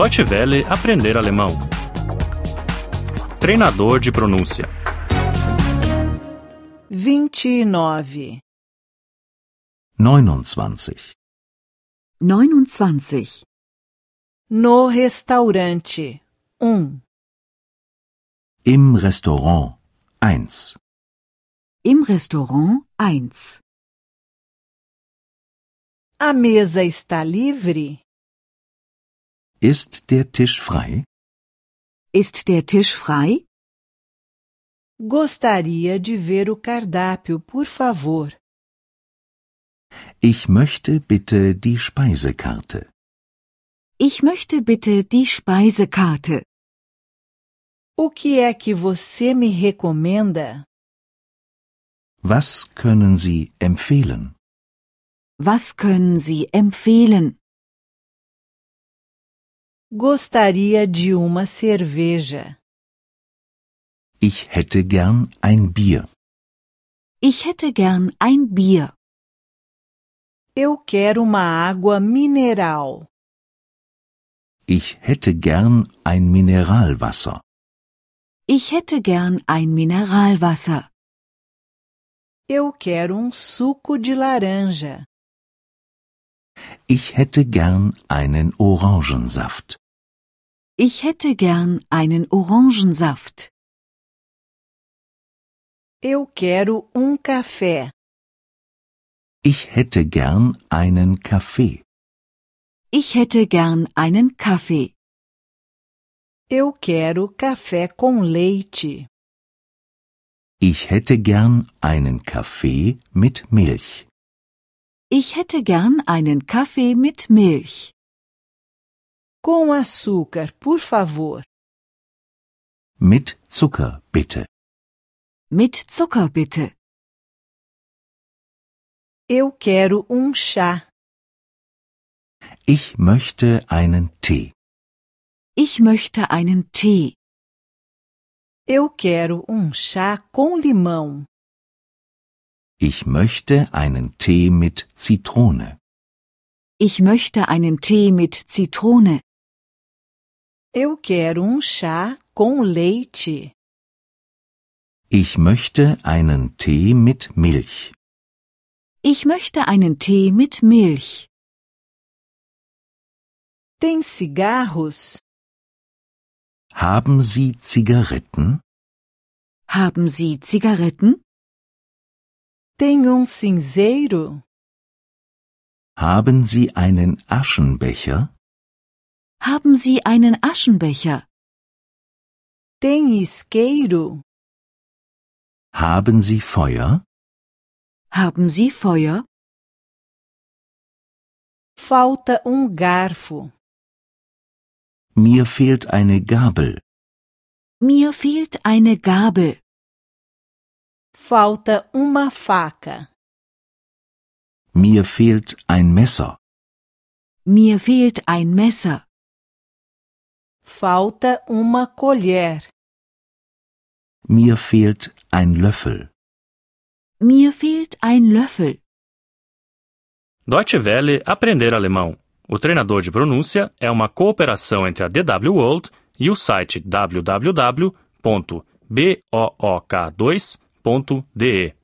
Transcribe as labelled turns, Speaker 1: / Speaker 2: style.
Speaker 1: Deutsche Welle aprender alemão. Treinador de pronúncia.
Speaker 2: 29.
Speaker 3: 29.
Speaker 4: 29.
Speaker 2: No restaurante. 1.
Speaker 3: Im Restaurant 1.
Speaker 4: Im Restaurant 1.
Speaker 2: A mesa está livre?
Speaker 3: Ist der Tisch frei?
Speaker 4: Ist der Tisch frei?
Speaker 2: Gostaria de ver o cardápio, por favor.
Speaker 3: Ich möchte bitte die Speisekarte.
Speaker 4: Ich möchte bitte die Speisekarte.
Speaker 2: O que é que você me recomenda?
Speaker 3: Was können Sie empfehlen?
Speaker 4: Was können Sie empfehlen?
Speaker 2: Gostaria de uma cerveja.
Speaker 3: Ich hätte gern ein Bier.
Speaker 4: Ich hätte gern ein Bier.
Speaker 2: Eu quero uma água mineral.
Speaker 3: Ich hätte gern ein Mineralwasser.
Speaker 4: Ich hätte gern ein Mineralwasser.
Speaker 2: Eu quero um suco de laranja.
Speaker 3: Ich hätte gern einen Orangensaft.
Speaker 4: Ich hätte gern einen Orangensaft.
Speaker 2: Eu quero um café.
Speaker 3: Ich hätte gern einen Kaffee.
Speaker 4: Ich hätte gern einen Kaffee.
Speaker 2: Eu quero café com leite.
Speaker 3: Ich hätte gern einen Kaffee mit Milch.
Speaker 4: Ich hätte gern einen Kaffee mit Milch.
Speaker 2: Com açúcar, por favor.
Speaker 3: Mit Zucker, bitte.
Speaker 4: Mit Zucker bitte.
Speaker 2: Eu quero um chá.
Speaker 3: Ich möchte einen Tee.
Speaker 4: Ich möchte einen Tee.
Speaker 2: Eu quero um chá com limão.
Speaker 3: Ich möchte einen Tee mit Zitrone.
Speaker 4: Ich möchte einen Tee mit Zitrone.
Speaker 2: Eu quero um chá com leite.
Speaker 3: Ich möchte einen Tee mit Milch.
Speaker 4: Ich möchte einen Tee mit Milch.
Speaker 2: Tem cigarros?
Speaker 3: Haben Sie Zigaretten?
Speaker 4: Haben Sie Zigaretten?
Speaker 2: Tem um cinzeiro?
Speaker 3: Haben Sie einen Aschenbecher?
Speaker 4: Haben Sie einen Aschenbecher?
Speaker 2: Tem isqueiro?
Speaker 3: Haben Sie Feuer?
Speaker 4: Haben Sie Feuer?
Speaker 2: Falta um garfo.
Speaker 3: Mir fehlt eine Gabel.
Speaker 4: Mir fehlt eine Gabel.
Speaker 2: Falta uma faca.
Speaker 3: Mir fehlt ein Messer.
Speaker 4: Mir fehlt ein Messer.
Speaker 2: Falta uma colher.
Speaker 3: Mir fehlt ein Löffel.
Speaker 4: Mir fehlt ein Löffel.
Speaker 1: Deutsche Welle aprender alemão. O treinador de pronúncia é uma cooperação entre a DW World e o site www.book2.de.